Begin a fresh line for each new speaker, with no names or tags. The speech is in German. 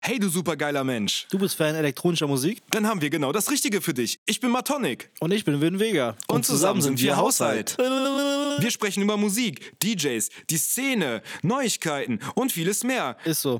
Hey, du supergeiler Mensch.
Du bist Fan elektronischer Musik
Dann haben wir genau das Richtige für dich. Ich bin Matonic.
und ich bin Win Vega.
Und, zusammen sind wir Haushalt. Wir sprechen über Musik, DJs, die Szene, Neuigkeiten und vieles mehr.
Ist so.